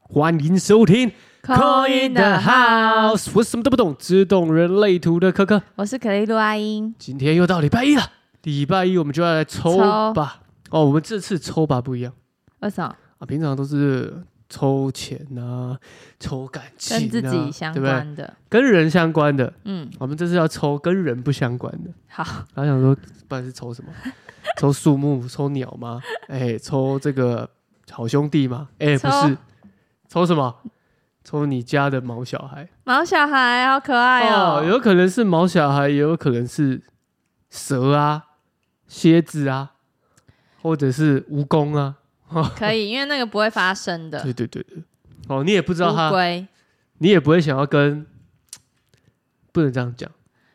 欢迎收听《 Call in the House 我什么都不懂，只懂人类图的科科。我是可丽露阿英，今天又到礼拜一了，礼拜一我们就要来抽抽吧。哦，我们这次抽吧不一样为什么？啊，平常都是抽钱啊、抽感情、啊，跟自己相对不对？关的，跟人相关的，嗯，我们这次要抽跟人不相关的。好，然后想说，不然是抽什么？ 抽树木、抽鸟吗？哎、抽这个好兄弟吗？哎、抽不是，抽什么？抽你家的毛小孩毛小孩好可爱哦，有可能是毛小孩，也有可能是蛇啊、蝎子啊，或者是蜈蚣啊。可以，因为那个不会发生的对对对对，哦，你也不知道乌他，龟，你也不会想要跟，不能这样讲，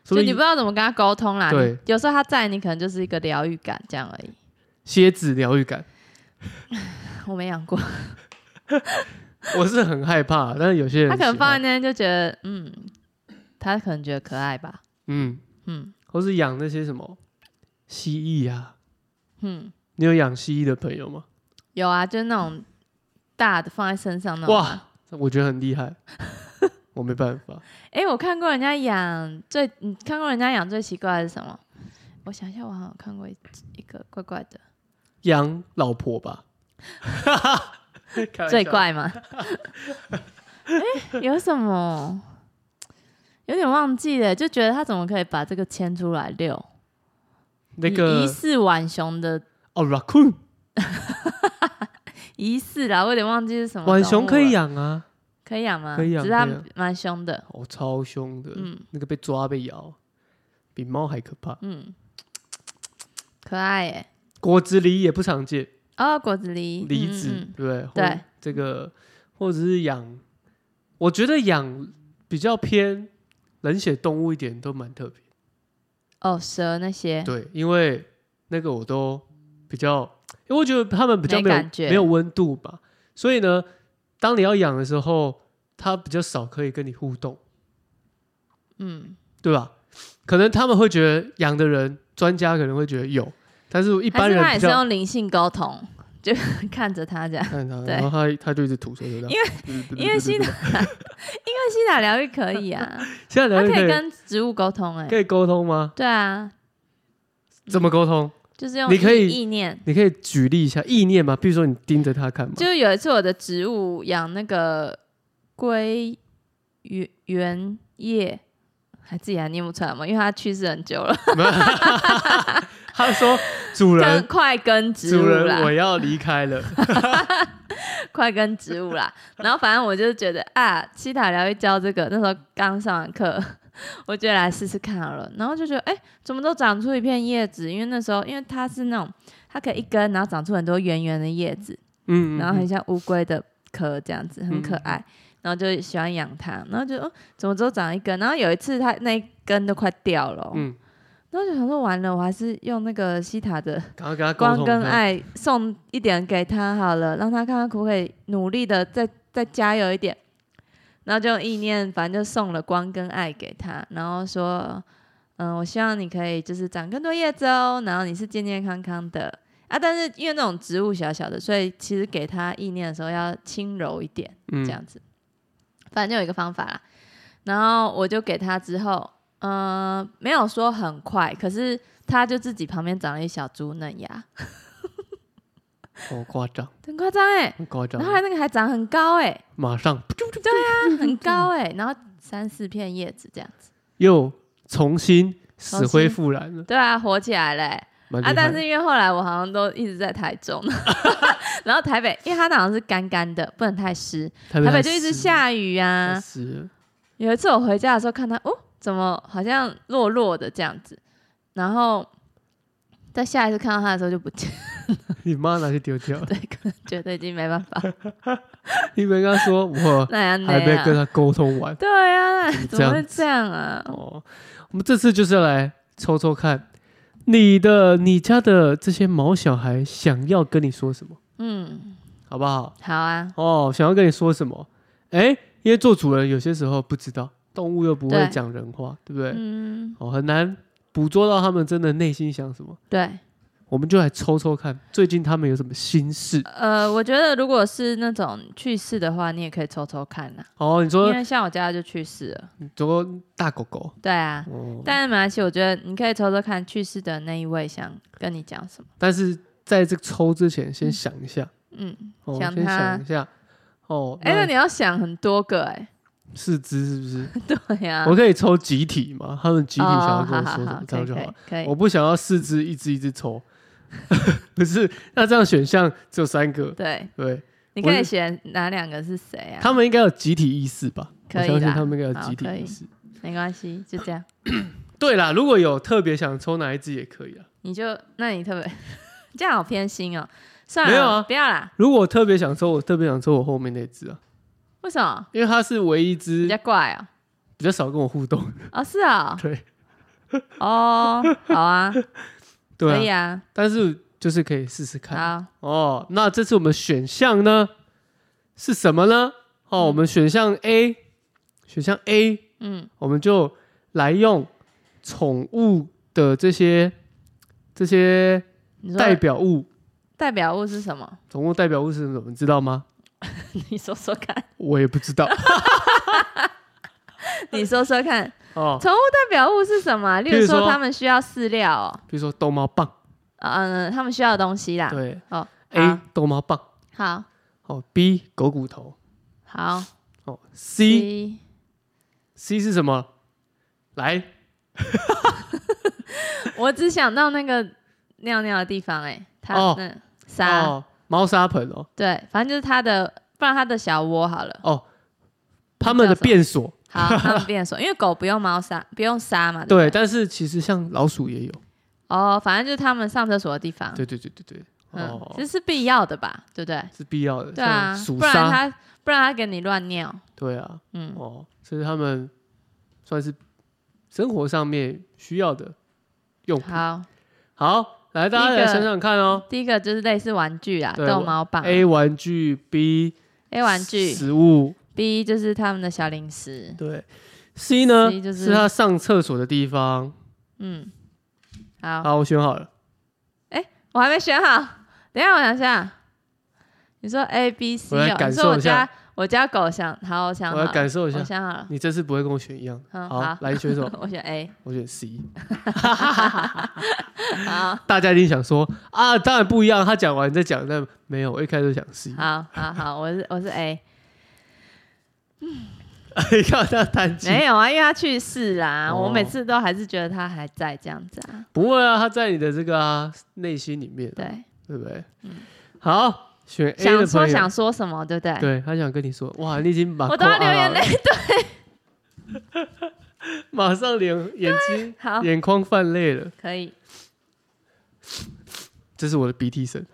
就所你以不知道怎么跟他沟通啦。对你有时候他在，你可能就是一个疗愈感这样而已。蝎子疗愈感。我没养过，我是很害怕， 但是有些人他可能喜放在欢那边就觉得，嗯，他可能觉得可爱吧，嗯，嗯或是养那些什么蜥蜴啊。嗯，你有养蜥蜴的朋友吗？有啊，就是那种大的放在身上那种。哇，我觉得很厉害，我没办法。哎、我看过人家养最，你看过人家养最奇怪的是什么？我想一下，我好像有看过一一个怪怪的，养老婆吧，开玩笑 最。怪 吗？哎、有什么？有点忘记了，就觉得他怎么可以把这个牵出来遛？那疑个似浣熊的哦，raccoon，疑似啦，我有点忘记是什么。浣熊可以，养啊，可以养吗？可以养只是它可以养蛮凶的。哦，超凶的，嗯那个被抓被咬，比猫还可怕。嗯，可爱耶、果子狸也不常见，哦，果子狸，梨嗯子，嗯嗯对不对？或对，这个或者是养，我觉得养比较偏冷血动物一点都蛮特别。哦，蛇那些，对，因为那个我都比较，因为我觉得他们比较没有没感觉没有温度吧，所以呢，当你要养的时候，它比较少可以跟你互动，嗯，对吧？可能他们会觉得养的人，专家可能会觉得有，但是一还般是人他也比是较用灵性沟通，就 看着他这样。看他，对然后他他就一直吐舌头，因为因为西塔， 因为西塔疗愈可 以啊，现在他人可可以以跟植物沟通哎、可以沟通吗？对啊，怎么沟通？就是用你可以意意念。你可以举例一下意念吗？比如说你盯着它看嘛，就是有一次我的植物养那个龟原原叶，还自己还念不出来吗？因为它去世很久了， 他说主跟人 快跟植主物人我啦，要离开了， 快跟植物 啦。然后反正我就觉得啊，西塔疗愈教这个，那时候刚上完课。 我觉得来试试看好了，然后就觉得，哎、怎么都长出一片叶子？因为那时候，因为它是那种，它可以一根，然后长出很多圆圆的叶子，嗯，嗯然后很嗯像乌龟的壳这样子，很可爱。然后就喜欢养它，然后就哦，怎么只有长一根？然后有一次它那一根都快掉了哦、嗯，然后就想说完了，我还是用那个西塔的赶快跟他沟光通跟一下，爱送一点给他好了，让他看看可不可以努力的再再加油一点。然后就用意念，反正就送了光跟爱给他，然后说，嗯，我希望你可以就是长更多叶子哦，然后你是健健康康的啊。但是因为那种植物小小的，所以其实给他意念的时候要轻柔一点。嗯这样子。反正就有一个方法啦。然后我就给他之后，嗯、没有说很快，可是他就自己旁边长了一小株嫩芽，好夸张，很夸张哎。很夸张然后，还那个还长很高哎、马上它很高哎、然后三四片叶子这样子。又重新重死新灰复燃了，对啊，活起来嘞、蛮厉啊！害但是因为后来我好像都一直在台 中，然后台北，因为它好像是干干的，不能太湿，台台北北就一直下雨啊，是有一次我回家的时候看它，哦，怎么好像落落的这样子，然后 在下一次看到它的时候就不见了， 你妈拿去丢掉 了，对，可能觉得已经没 办法，你没跟他说我那样那还没跟样，啊他沟通完对 啊，这怎样么会这样啊？哦，我们这次就是要来抽抽看。你的、你家的这些毛小孩想要跟你说什么，嗯，好不好？好啊，哦，想要跟你说什么？哎，因为做主人有些时候不知道，动物又不会对讲人话，对不对？嗯，哦，很难捕捉到他们真的内心想什么。对，我们就来抽抽看，最近他们有什么心事？呃，我觉得如果是那种去世的话，你也可以抽抽看呐、哦，你因说为像我家就去世了，走过大狗狗，对啊。哦，但是没关系，我觉得你可以抽抽看去世的那一位想跟你讲什么。但是在这个抽之前，先想一下，嗯，哦，想先他想一下，哦，哎、那那你要想很多个哎、四肢是不是？ 对呀、我可以抽集体吗？他们集体想要啊哦跟我说什好好么好，这样就好了。可以可以可我以，不想要四肢一只一只抽， 不是？那这样选项只有三个，对，对你我可以是写哪两个是谁啊？他们应该有集体意识吧？我可以相信啦他们应该有好集体可意以识。没关系，就这样。对啦，如果有特别想抽哪一只也可以啊。你就那你特别这样好偏心哦，算了，没有啊不要啦。如果我特别想抽，我特别想抽我后面那只啊，为什么？因为它是唯一一比只较怪哦。比较少跟我互 动。哦，是啊、对哦，哦，好啊，可对以啊，啊，但是就是可以试试看。好，哦，那这次我们选项呢是什么呢？哦，嗯我们选项 A，选项 A，嗯，我们就来用宠物的这些这些你说代表物，代表物是什 么？宠物代表物是什么？你知道吗？你说说看，我也不知道 你说说看，哦。宠物代表物是什么啊、例譬如如说说，他们需要饲料哦，比如说逗猫棒，嗯、他们需要的东西啦。对哦，A 逗猫棒，好，哦，B 狗骨头，好，哦，C C C 是什么？来，我只想到那个 尿尿的地方、哎，它哦那沙、哦，猫砂盆哦，对，反正就是它的，不然它的小窝好了。哦，他们的便所，好， 他们变说，因为狗不用猫砂，不用砂嘛。对，不啊对。但是其实像老鼠也有，哦，反正就是他们上厕所的地方。对对对对对，啊嗯，哦这，是必要的吧？对不对？是必要的，对啊像，鼠不然砂，它不然它给你乱尿。对啊，嗯，哦，这是他们算是生活上面需要的用品。好，好，来大家第一来个想想看哦第一个就是类似玩具啦，对哎逗猫棒。 ，A 玩具，B A 玩具食物， ，B 就是他们的小零食。对，C 呢 C 就是是他上厕所的地方。嗯，好，好，我选好了，我还没选好，等一下我想一下。你说 A、B、C 我来哦，感你说我受一下家我家狗想，好，我想我好来了，感受一我下。想好了，你这次不会跟我选一样的。嗯好好，来你选什么？ 我选 A。我选 C。好，大家一定想说啊，当然不一样。他讲完再讲，但没有，我一开始就想 C。好好好，我是我是 A， 你看他叹气，没有啊，因为他去世啦，哦我每次都还是觉得他还在这样子啊，不会啊，他在你的这个啊内心里面、啊，对，嗯对不对？好，选 A 的想说朋友想，说什么，对不对？对啊他想跟你说，哇，你已经把，我都要流眼泪，马上脸眼睛啊 好，眼眶泛泪了，可以这是我的鼻涕声。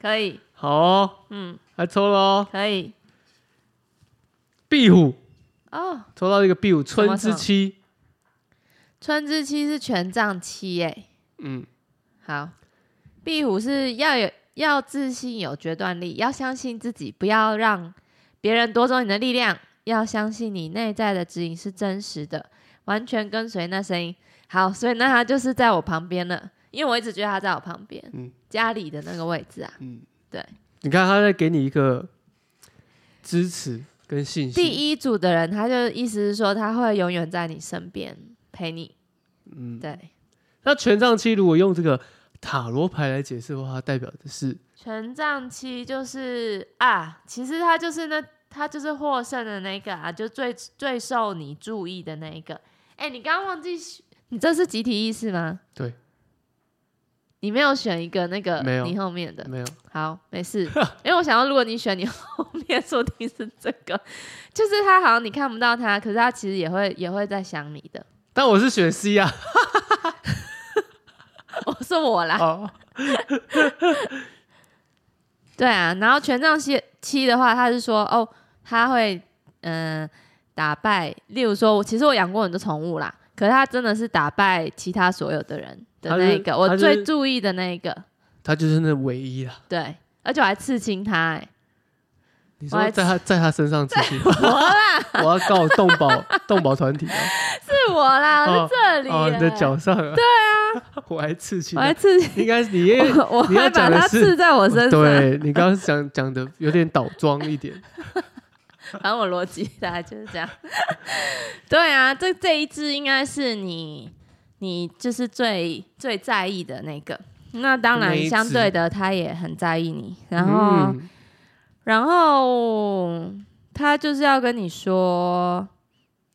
可以，好、哦，嗯，来抽喽，可以壁虎哦。抽到一个壁虎，什春么之七，春之期是权杖七，哎，嗯，好，壁虎是要有要自信，有决断力，要相信自己，不要让别人夺走你的力量，要相信你内在的指引是真实的，完全跟随那声音。好，所以那他就是在我旁边了，因为我一直觉得他在我旁边，嗯家里的那个位置啊。你看他在给你一个支持跟信第心，一组的人，他就意思是说他会永远在你身边陪你。嗯，对，那权杖七如果用这个塔罗牌来解释的话，它代表的是权杖七就是啊，其实他就是那他就是获胜的那个啊，就最最受你注意的那一个。哎、你刚刚忘记选，你这是集体意识吗？对，你没有选一个那个没有你后面的，没有好，没事， 因为我想到如果你选你后面，说不定是这个，就是他好像你看不到他，可是他其实也会也会在想你的。 但我是选 C 啊，我说我啦，哦，对啊，然后权杖七七的话，他是说哦，他会嗯、呃打败，例如说，我其实我养过很多宠物啦，可是他真的是打败其他所有的人的他那一是个，他我是最注意的那一个，他就是那唯一啊啦。对，而且我还刺青他、欸，你我说还在他在他身上刺 青， 我要告动保动保团体啊是我啦，哦我在这里、哦，你的脚上啊，对啊，我还刺青我呢，还刺，应该是你也 我我你要还把讲的它是刺在我身上，对你刚刚讲讲的有点倒装一点，反正我逻辑大概就是这样。 对啊，这这一支应该是你你就是最最在意的那个。那当那一然，支相对的他也很在意你。然后，嗯然后嗯他就是要跟你说，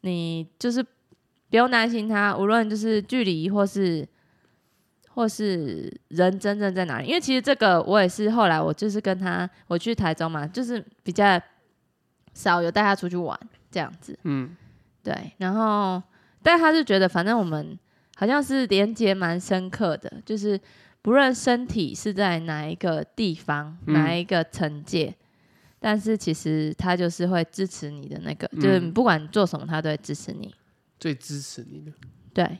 你就是不用担心他，无论就是距离或是或是人真正在哪里。因为其实这个我也是后来我就是跟他我去台中嘛，就是比较少有带他出去玩这样子。嗯，对，然后但他是觉得反正我们好像是连接蛮深刻的，就是不论身体是在哪一个地方、嗯哪一个层界，但是其实他就是会支持你的那个，就是嗯不管你做什么，他都会支持你。最支持你的，对，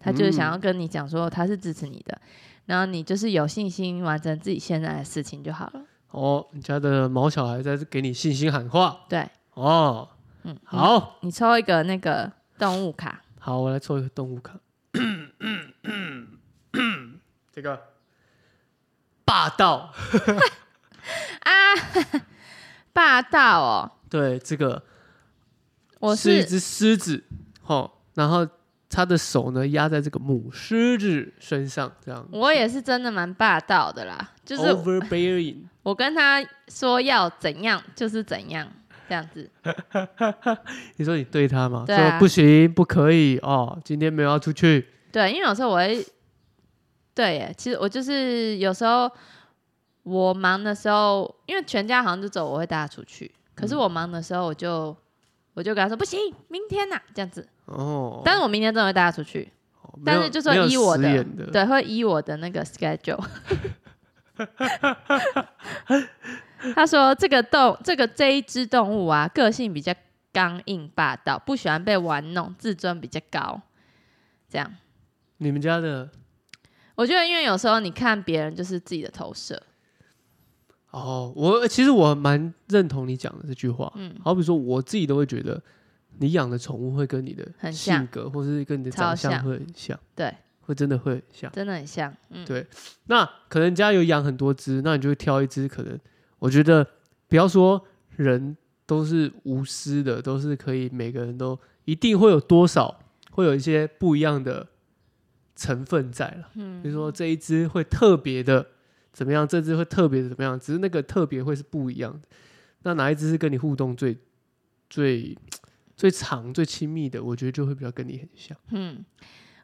他就是想嗯要跟你讲说他是支持你的，然后你就是有信心完成自己现在的事情就好了。哦，你家的毛小孩在给你信心喊话对，哦，嗯，你，好你抽一个那个动物卡，好，我来抽一个动物卡， 这个霸道，霸道哦，对，这个我是一是只狮子，哦，然后它的手呢压在这个母狮子身上，这样我也是真的蛮霸道的啦，哦就是，overbearing，我跟他说要怎样就是怎样这样子。你说你对它吗？对啊说不行，不可以哦，今天没有要出去，对，因为有时候我会，对耶，其实我就是有时候我忙的时候，因为全家好像就走，我会带他出去。可是我忙的时候，我就我就跟他说不行，明天呐、这样子。哦，但是我明天真的会带他出去，哦但没有是就没是有依我食言的，对，会依我的那个 schedule。他说这个动这个这一只动物啊，个性比较刚硬霸道，不喜欢被玩弄，自尊比较高。这样，你们家的我觉得因为有时候你看别人就是自己的投射，哦，我其实我蛮认同你讲的这句话。嗯好比说我自己都会觉得，你养的宠物会跟你的很性像格，或是跟你的超长相像会很像，对，会真的会很像。真的很像。嗯，对那可能人家有养很多只，那你就挑一只。可能我觉得不要说人都是无私的，都是可以每个人都一定会有多少会有一些不一样的成分在了。嗯比如说这一只会特别的怎么样，这只会特别的怎么样，只是那个特别会是不一样的。那哪一只是跟你互动最最最长、最亲密的？我觉得就会比较跟你很像。嗯，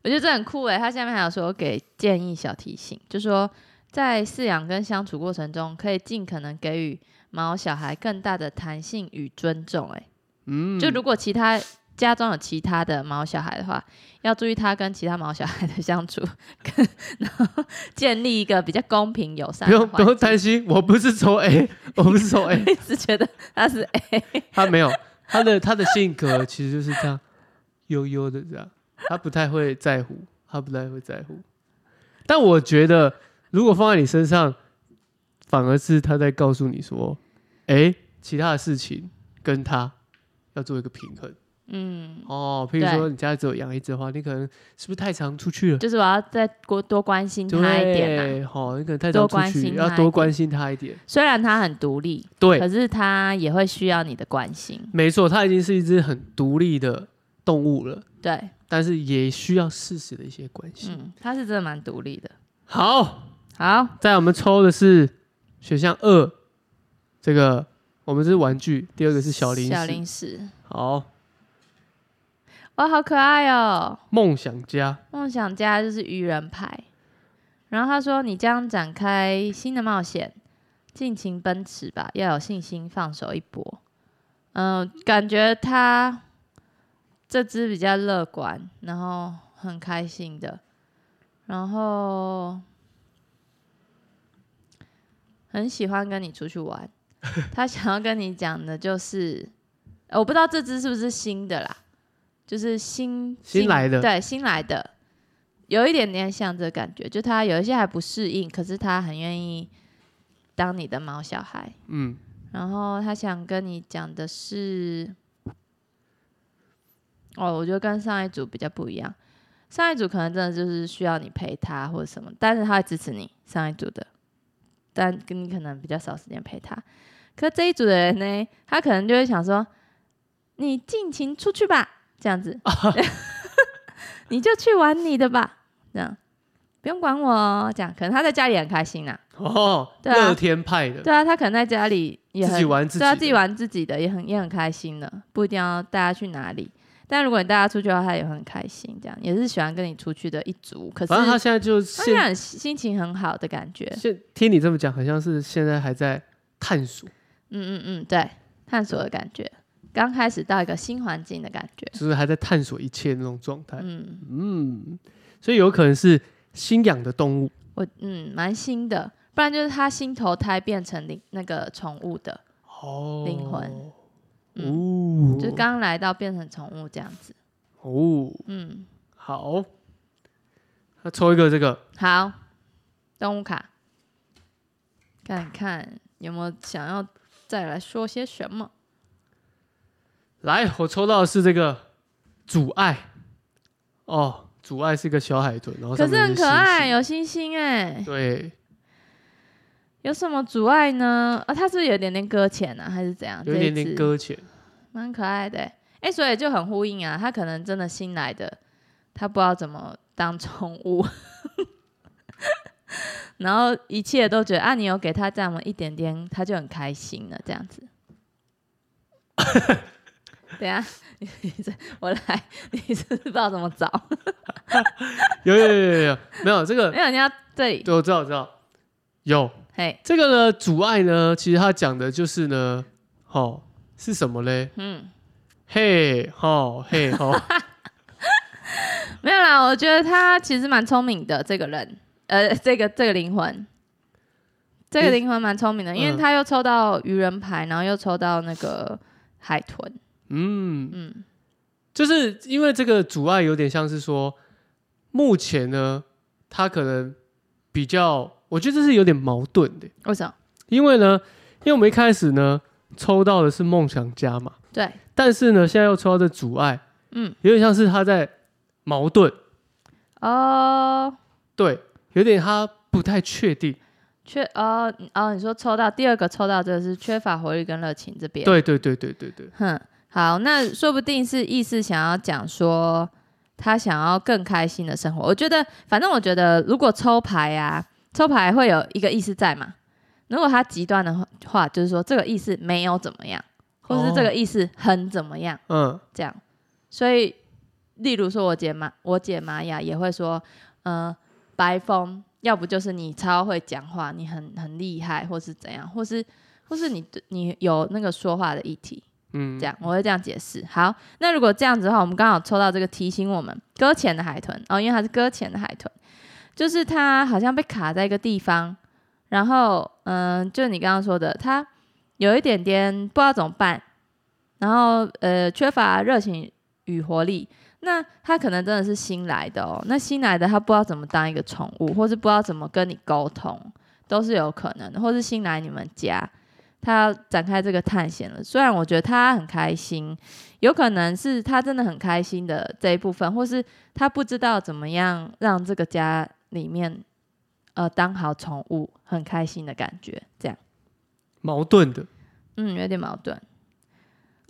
我觉得这很酷欸诶。他下面还有说给建议小提醒，就说在饲养跟相处过程中，可以尽可能给予毛小孩更大的弹性与尊重。诶，嗯，就如果其他家中有其他的毛小孩的话，要注意他跟其他毛小孩的相处，跟然后建立一个比较公平友善不的用环境。不用担心，我不是抽 A，我不是抽 A，一直觉得他是哎 A，他没有他的他的性格其实就是这样悠悠的这样，他不太会在乎，他不太会在乎。但我觉得如果放在你身上，反而是他在告诉你说，哎、其他的事情跟他要做一个平衡嗯，哦。譬如说你家只有养一只的话，你可能是不是太常出去了？就是我要再多多关心他一点啊。对，好、你可能太常多出关去，心要他多一关心他一点。虽然他很独立，对，可是他也会需要你的关心。没错，它已经是一只很独立的动物了。对，但是也需要适时的一些关系。嗯，他是真的蛮独立的。好，好，在我们抽的是选项二，这个我们是玩具，第二个是小零小食零食，好，哇，好可爱哦！梦想家，梦想家就是愚人牌。然后他说：“你将展开新的冒险，尽情奔驰吧，要有信心，放手一搏。”嗯，感觉他这只比较乐观，然后很开心的，然后很喜欢跟你出去玩。 他想要跟你讲的就是，呃我不知道这只是不是新的啦，就是新新来的对新来的，有一点点像这个感觉，就他有一些还不适应，可是他很愿意当你的毛小孩。嗯，然后他想跟你讲的是，哦，我觉得跟上一组比较不一样。上一组可能真的就是需要你陪他或者什么，但是他会支持你上一组的，但跟你可能比较少时间陪他。可这一组的人呢，他可能就会想说，你尽情出去吧，这样子， 你就去玩你的吧，这样不用管我哦，这样可能他在家里很开心啊，哦，对啊乐天派的，对啊，他可能在家里也自很己玩自己对的，啊，自己玩自己的也很也很开心的，不一定要大家去哪里。但如果你带他出去的话，他也会很开心，这样也是喜欢跟你出去的一族。可是反正他他现在就现现在很心情很好的感觉，现听你这么讲，好像是现在还在探索，嗯嗯嗯，对，探索的感觉，刚开始到一个新环境的感觉，就是还在探索一切那种状态。嗯，嗯，所以有可能是新养的动物我嗯蛮新的，不然就是他新投胎变成灵那个宠物的，哦，灵魂嗯哦，就是刚来到变成宠物这样子，哦，嗯，好，那抽一个这个好，动物卡，看看有没有想要再来说些什么。来，我抽到的是这个阻碍哦，阻碍是一个小海豚，然后可上是面很可爱，哦星有星星哎、星，对，有什么阻碍呢？啊，它是不是有点点搁浅啊，还是怎样？有一点点这只搁浅，蛮可爱的、欸。哎、所以就很呼应啊，他可能真的新来的，他不知道怎么当宠物， 然后一切都觉得啊，你有给他这么一点点，他就很开心了，这样子。 等一下，你这我来，你是不是不知道怎么找？有有有有有，没有这 个没，有，你要这里，对，我知道我知道，有嘿，这个呢，阻碍呢，其实它讲的就是呢，哦，是什么嘞？嗯，嘿，吼嘿 吼，没有啦。我觉得他其实蛮聪明的，这个人，呃， 这个这个灵魂，这个你灵魂蛮聪明的，嗯因为他又抽到愚人牌，然后又抽到那个海豚，嗯，嗯就是因为这个阻碍有点像是说，目前呢，他可能比较，我觉得这是有点矛盾的，为什么？因为呢，因为我们一开始呢抽到的是梦想家嘛，对，但是呢，现在又抽到的阻碍，嗯，有点像是他在矛盾，哦，对，有点他不太确定，缺哦哦，你说抽到第二个抽到这个是缺乏活力跟热情这边，，对对对对对对，哼，好，那说不定是意思想要讲说他想要更开心的生活。我觉得，反正我觉得，如果抽牌啊，抽牌会有一个意思在嘛。如果他极端的话，就是说这个意思没有怎么样，或是这个哦意思很怎么样。嗯，这样。所以，例如说我姐玛，我姐玛雅也会说，呃，白风，要不就是你超会讲话，你很很厉害，或是怎样，或是或是你你有那个说话的议题，嗯这样我会这样解释。好，那如果这样子的话，我们刚好抽到这个提醒我们搁浅的海豚哦，因为它是搁浅的海豚，就是它好像被卡在一个地方，然后嗯，就你刚刚说的，它有一点点不知道怎么办，然后呃缺乏热情与活力。那它可能真的是新来的哦，那新来的它不知道怎么当一个宠物，或是不知道怎么跟你沟通，都是有可能的，或是新来你们家，他要展开这个探险了。虽然我觉得他很开心，有可能是他真的很开心的这一部分，或是他不知道怎么样让这个家里面呃当好宠物，很开心的感觉。这样，矛盾的，嗯，有点矛盾。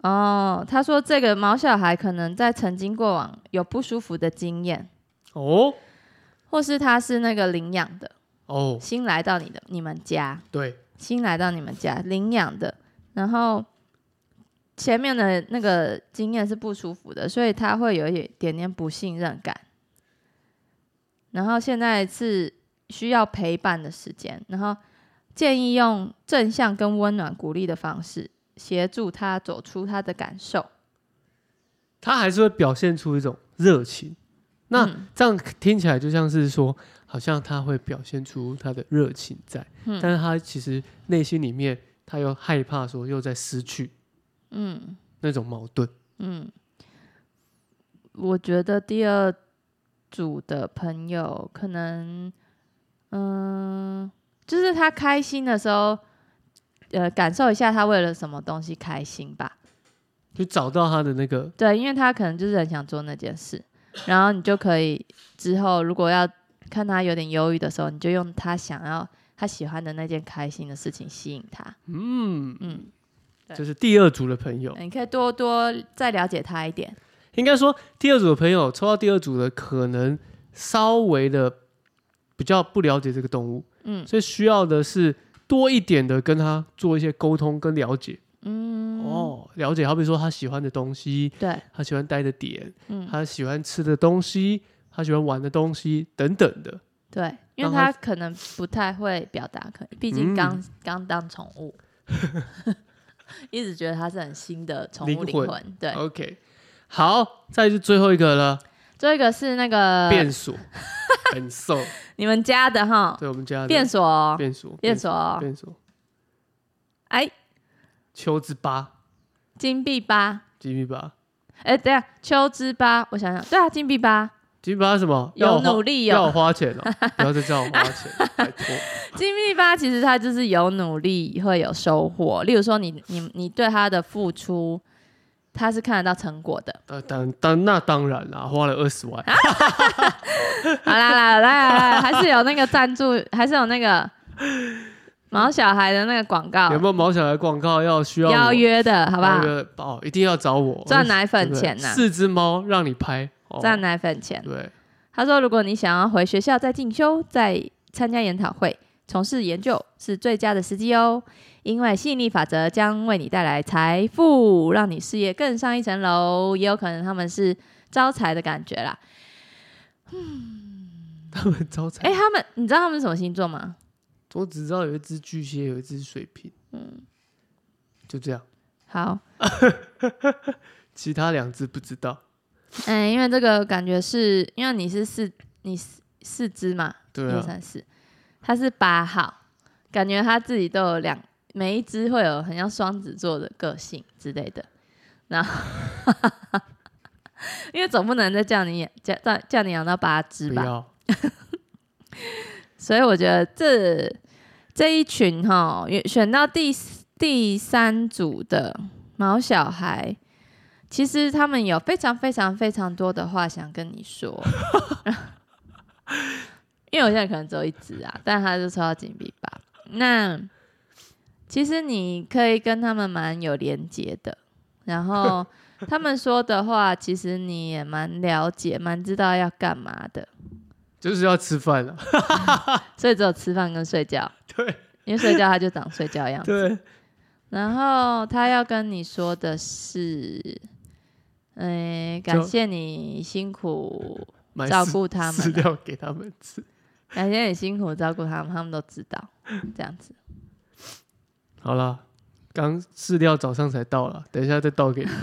哦，他说这个毛小孩可能在曾经过往有不舒服的经验，哦或是他是那个领养的，哦，新来到你的你们家，对，新来到你们家领养的，然后前面的那个经验是不舒服的，所以他会有一点点不信任感。然后现在是需要陪伴的时间，然后建议用正向跟温暖鼓励的方式协助他走出他的感受。他还是会表现出一种热情。那嗯这样听起来就像是说，好像他会表现出他的热情在，嗯但是他其实内心里面他又害怕说又在失去嗯那种矛盾。嗯，我觉得第二组的朋友可能，嗯、就是他开心的时候，呃，感受一下他为了什么东西开心吧。就找到他的那个对，因为他可能就是很想做那件事，然后你就可以之后如果要看他有点忧郁的时候，你就用他想要他喜欢的那件开心的事情吸引他。嗯嗯嗯，这是第二组的朋友，你可以多多再了解他一点。应该说第二组的朋友抽到第二组的，可能稍微的比较不了解这个动物，嗯所以需要的是多一点的跟他做一些沟通跟了解。嗯，哦，了解，好比说他喜欢的东西，对，他喜欢待的点，嗯，他喜欢吃的东西，他喜欢玩的东西等等的。对，因为让他嗯他可能不太会表达，可能毕竟刚刚当宠物， 一直觉得他是很新的宠物灵灵魂魂。对， OK，好，再来是最后一个了，最后一个是那个变锁， 很瘦，你们家的哈，对我们家的变锁哦，变锁，变锁哦，变锁，哎，秋之八，金币八，金币八，哎，等一下，秋之八，我想想，对啊，金币八，金币八是什么？要有我花努力哦要我有，花钱了，不要再叫我花钱， 拜托。金币八其实它就是有努力会有收获，例如说你你你对他的付出，他是看得到成果的。呃，当当那当然啦，花了二十万， 好啦啦啦啦，还是有那个赞助，还是有那个毛小孩的那个广告有没有毛小孩广告要需要邀我约的，好不好那？个哦，一定要找我赚奶粉钱对呐、四只猫让你拍，哦赚奶粉钱。对，他说，如果你想要回学校再进修，再参加研讨会、从事研究，是最佳的时机哦。因为吸引力法则将为你带来财富，让你事业更上一层楼。也有可能他们是招财的感觉啦。他们招财哎、。他们，你知道他们是什么星座吗？我只知道有一只巨蟹，有一只水瓶，嗯，就这样，好，其他两只不知道。嗯，因为这个感觉是因为你是四，你四四只嘛，一对二啊，三四，他是八号，感觉他自己都有两，每一只会有很像双子座的个性之类的。然后， 因为总不能再叫你养叫叫叫你养到八只不吧，要，所以我觉得这这一群哈，也选到第四第三组的毛小孩。其实他们有非常非常非常多的话想跟你说， 因为我现在可能只有一只啊，但他就抽到金币吧。那其实你可以跟他们蛮有连接的，然后他们说的话，其实你也蛮了解，蛮知道要干嘛的，就是要吃饭啊了。所以只有吃饭跟睡觉， 对因为睡觉他就长睡觉样子。 对，然后他要跟你说的是，嗯、感就谢你辛苦买照饲顾他饲们啊，料给他们吃。感谢你辛苦照顾他们，他们都知道这样子。好啦，刚饲料早上才到了，等一下再倒给你 们。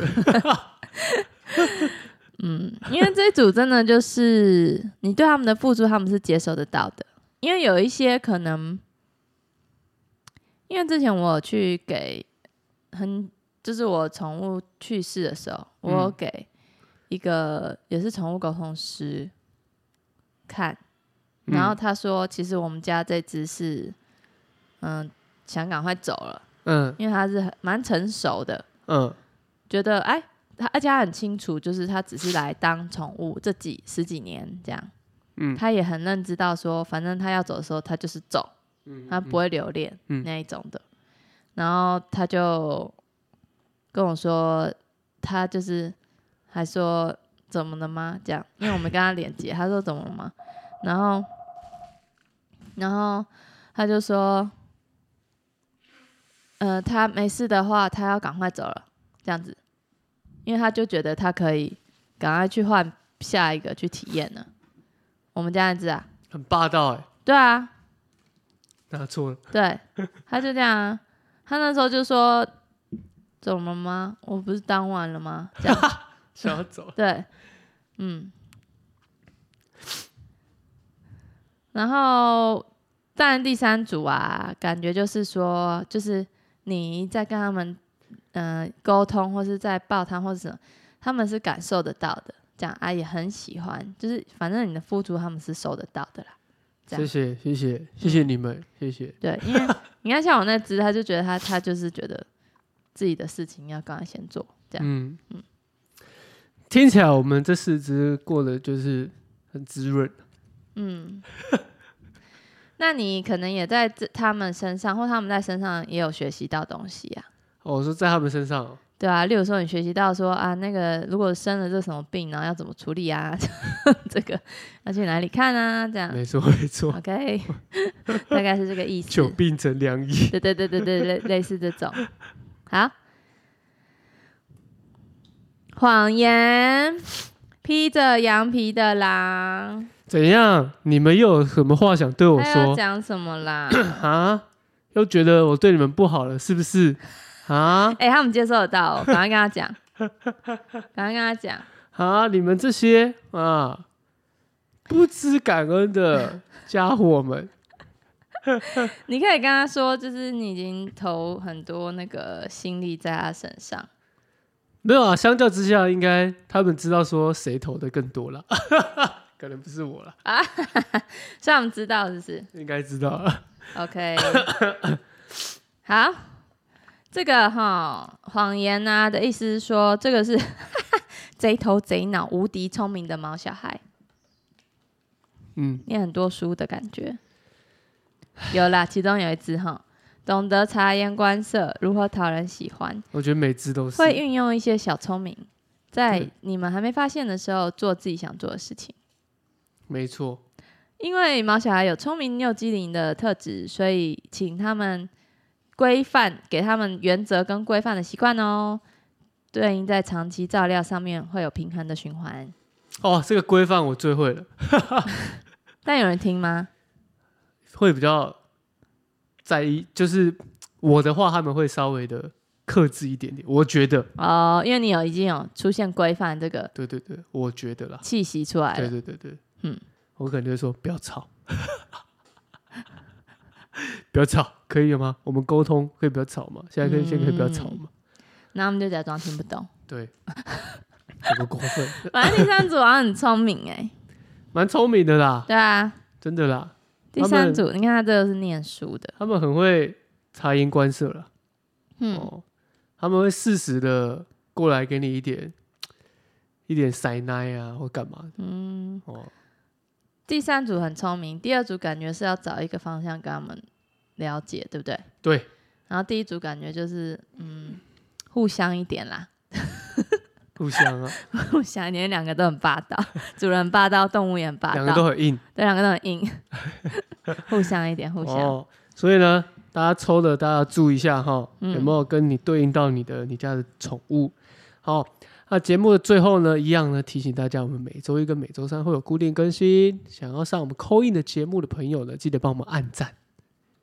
嗯，因为这一组真的就是你对他们的付出，他们是接受得到的。因为有一些可能，因为之前我有去给很，就是我宠物去世的时候，我有嗯给一个也是宠物沟通师看，然后他说，其实我们家这只是，嗯，想赶快走了，嗯因为它是很蛮成熟的，嗯觉得哎，他而且他很清楚，就是他只是来当宠物这几十几年这样，嗯他也很认知到说，反正他要走的时候，他就是走，嗯，他啊不会留恋、嗯那一种的。然后他就跟我说，他就是还说怎么了吗？这样，因为我们跟他连接，他说怎么了吗？然后，然后他就说，呃，他没事的话，他要赶快走了，这样子，因为他就觉得他可以赶快去换下一个去体验了。我们家那只啊，很霸道哎、对啊，拿错了。对，他就这样、啊，他那时候就说：“怎么了吗？我不是当晚了吗？”这样，，想要走对，嗯。然后，当然第三组啊，感觉就是说，就是你在跟他们嗯、呃沟通，或是在抱他，或是什么，他们是感受得到的。这样啊，也很喜欢，就是反正你的付出，他们是收得到的啦。 这谢样嗯谢谢谢谢谢你们，谢谢。对，因为你看像我那只，他就觉得他他就是觉得自己的事情要赶快先做，这样嗯，听起来我们这四只过得就是很滋润。嗯， 那你可能也在这他们身上，或他们在身上也有学习到东西啊。哦，我说在他们身上哦、对啊，例如说你学习到说啊，那个如果生了这什么病，然后要怎么处理啊， 这个要去哪里看啊，这样没错没错， ，OK，大概是这个意思。久病成良医。对对对对对，类类似这种。好，谎言，披着羊皮的狼，怎样？你们又有什么话想对我他要说讲什么啦？啊？又觉得我对你们不好了，是不是？啊哎、他们接受得到、哦，赶快跟他讲，赶快跟他讲。啊！你们这些啊不知感恩的家伙们，你可以跟他说，就是你已经投很多那个心力在他身上。没有啊？相较之下，应该他们知道说谁投的更多了， 可能不是我了，虽然我们知道，是不是应该知道了。 ？OK，好，这个哈谎言呢、的意思是说，这个是 贼头贼脑、无敌聪明的毛小孩，嗯，念很多书的感觉。有啦，其中有一只哈，懂得察言观色，如何讨人喜欢，我觉得每只都是会运用一些小聪明，在对你们还没发现的时候做自己想做的事情。没错。因为毛小孩有聪明又机灵的特质，所以请他们规范，给他们原则跟规范的习惯哦。对应在长期照料上面会有平衡的循环。哦，这个规范我最会了，但有人听吗？会比较在意，就是我的话，他们会稍微的克制一点点。我觉得，哦，因为你有已经有出现规范这个对对对，我觉得啦，气息出来对了，对对对，嗯嗯，我可能就会说不要吵， 不要吵，可以了吗？我们沟通可以不要吵吗？现在可以先可以不要吵吗？然后我们就假装听不懂。对， 怎么过分？反正第三组好像很聪明哎、蛮聪明的啦，对啊，真的啦，第三组你看他这个是念书的，他们很会察言观色啦。嗯，哦，他们会适时的过来给你一点一点塞奶啊，或干嘛的嗯哦。第三组很聪明，第二组感觉是要找一个方向跟他们了解，对不对？对，然后第一组感觉就是嗯，互相一点啦， 互相啊，互相一点，两个都很霸道，主人霸道，动物也 很霸两道，个都很硬对，两个都很 硬，互相一点，互相。哦。所以呢，大家抽的大家注意一下哈，嗯有没有跟你对应到你的你家的宠物？好，那节目的最后呢，一样呢提醒大家，我们每周一跟每周三会有固定更新。想要上我们扣印的节目的朋友呢，记得帮我们按赞、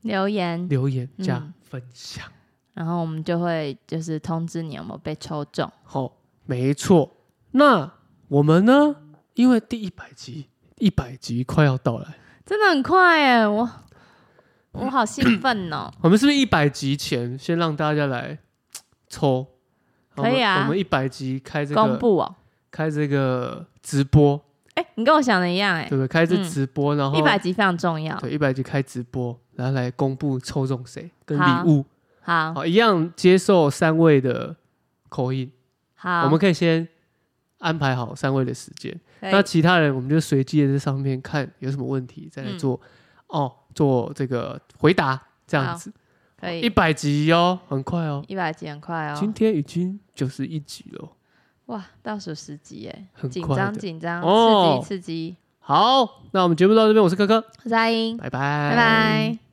留言，留言加嗯分享。然后我们就会就是通知你有没有被抽中。好、没错。那我们呢？因为第一百集，一百集快要到来，真的很快耶，我我好兴奋哦！我们是不是一百集前先让大家来抽？可以啊我们我们一百集开这公个布哦，开这个直播，哎、你跟我想的一样哎对，不对？开这嗯直播，然后一百集非常重要。对一百集开直播，然后来公布抽中谁跟好礼物。好好，一样接受三位的口音，好，我们可以先安排好三位的时间。可以那其他人我们就随机在这上面看有什么问题，再来做、嗯哦，做这个回答这样子。可一以百集哦，很快哦，一百集很快哦，今天已经九十一集了。哇，倒数十集哎，很紧快张的紧张，哦刺激刺激。好，那我们节目到这边，我是柯柯，我是阿英，拜拜，拜拜拜。